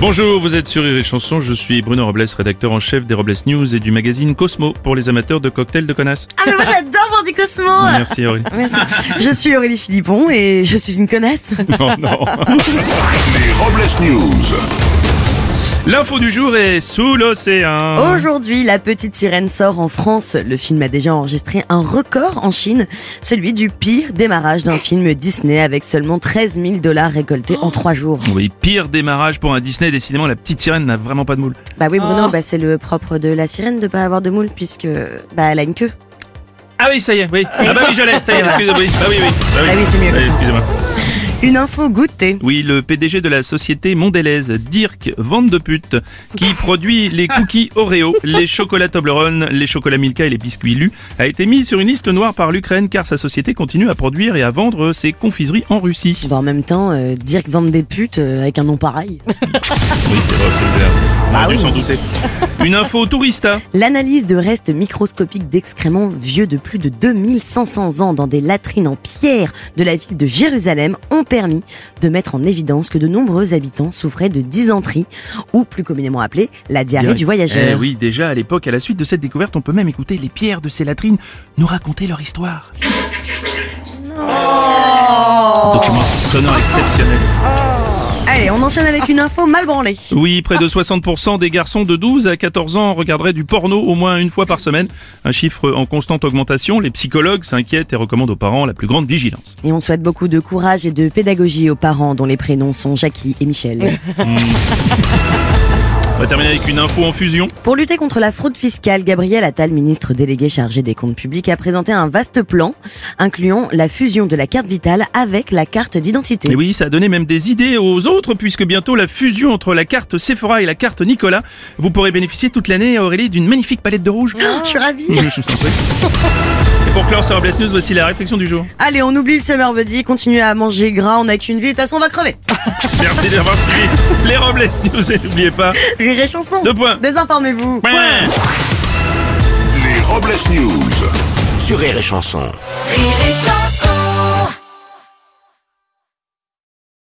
Bonjour, vous êtes sur Rire et Chanson, je suis Bruno Robles, rédacteur en chef des Robles News et du magazine Cosmo pour les amateurs de cocktails de connasses. Ah mais moi j'adore voir du Cosmo Merci Aurélie. Merci. Je suis Aurélie Philippon et je suis une connasse. Non, Oh non. Les Robles News. L'info du jour est sous l'océan. Aujourd'hui, La Petite Sirène sort en France. Le film a déjà enregistré un record en Chine, celui du pire démarrage d'un film Disney avec seulement 13 000 dollars récoltés en trois jours. Oui, pire démarrage pour un Disney, décidément la petite sirène n'a vraiment pas de moule. Bah oui Bruno, bah c'est le propre de la sirène de pas avoir de moule puisque bah elle a une queue. Ah oui, ça y est, oui. Ah bah oui, je l'ai, ça y est, excusez-moi. oui. Bah oui, oui. Bah Ah oui, c'est mieux comme ça. excusez-moi. Une info goûtée. Oui, le PDG de la société mondelaise, Dirk Van de Put, qui produit les cookies Oreo, les chocolats Toblerone, les chocolats Milka et les biscuits Lu, a été mis sur une liste noire par l'Ukraine car sa société continue à produire et à vendre ses confiseries en Russie. Bah en même temps, euh, dire que vendre des putes euh, avec un nom pareil. Ah On aurait dû s'en douter. Une info tourista. L'analyse de restes microscopiques d'excréments vieux de plus de 2500 ans dans des latrines en pierre de la ville de Jérusalem ont permis de mettre en évidence que de nombreux habitants souffraient de dysenterie, ou plus communément appelée la diarrhée du voyageur. Eh oui, déjà à l'époque, à la suite de cette découverte, on peut même écouter les pierres de ces latrines nous raconter leur histoire. Document sonore exceptionnel. Allez, on enchaîne avec une info mal branlée. Oui, près de 60% des garçons de 12 à 14 ans regarderaient du porno au moins une fois par semaine. Un chiffre en constante augmentation. Les psychologues s'inquiètent et recommandent aux parents la plus grande vigilance. Et on souhaite beaucoup de courage et de pédagogie aux parents dont les prénoms sont Jackie et Michel. On va terminer avec une info en fusion. Pour lutter contre la fraude fiscale, Gabriel Attal, ministre délégué chargé des comptes publics, a présenté un vaste plan incluant la fusion de la carte vitale avec la carte d'identité. Et oui, ça a donné même des idées aux autres, puisque bientôt la fusion entre la carte Sephora et la carte Nicolas, vous pourrez bénéficier toute l'année, Aurélie, d'une magnifique palette de rouge. Je suis ravie. Je vous en prie. Et pour clore sur Robles News, voici la réflexion du jour. Allez, on oublie le summer body, continuez à manger gras, on n'a qu'une vie, de toute façon on va crever. Merci d'avoir suivi les Robles News et n'oubliez pas. Rire et chanson. Deux points. Désinformez-vous. Les Robles News. Sur Rire et Chanson. Rire et chanson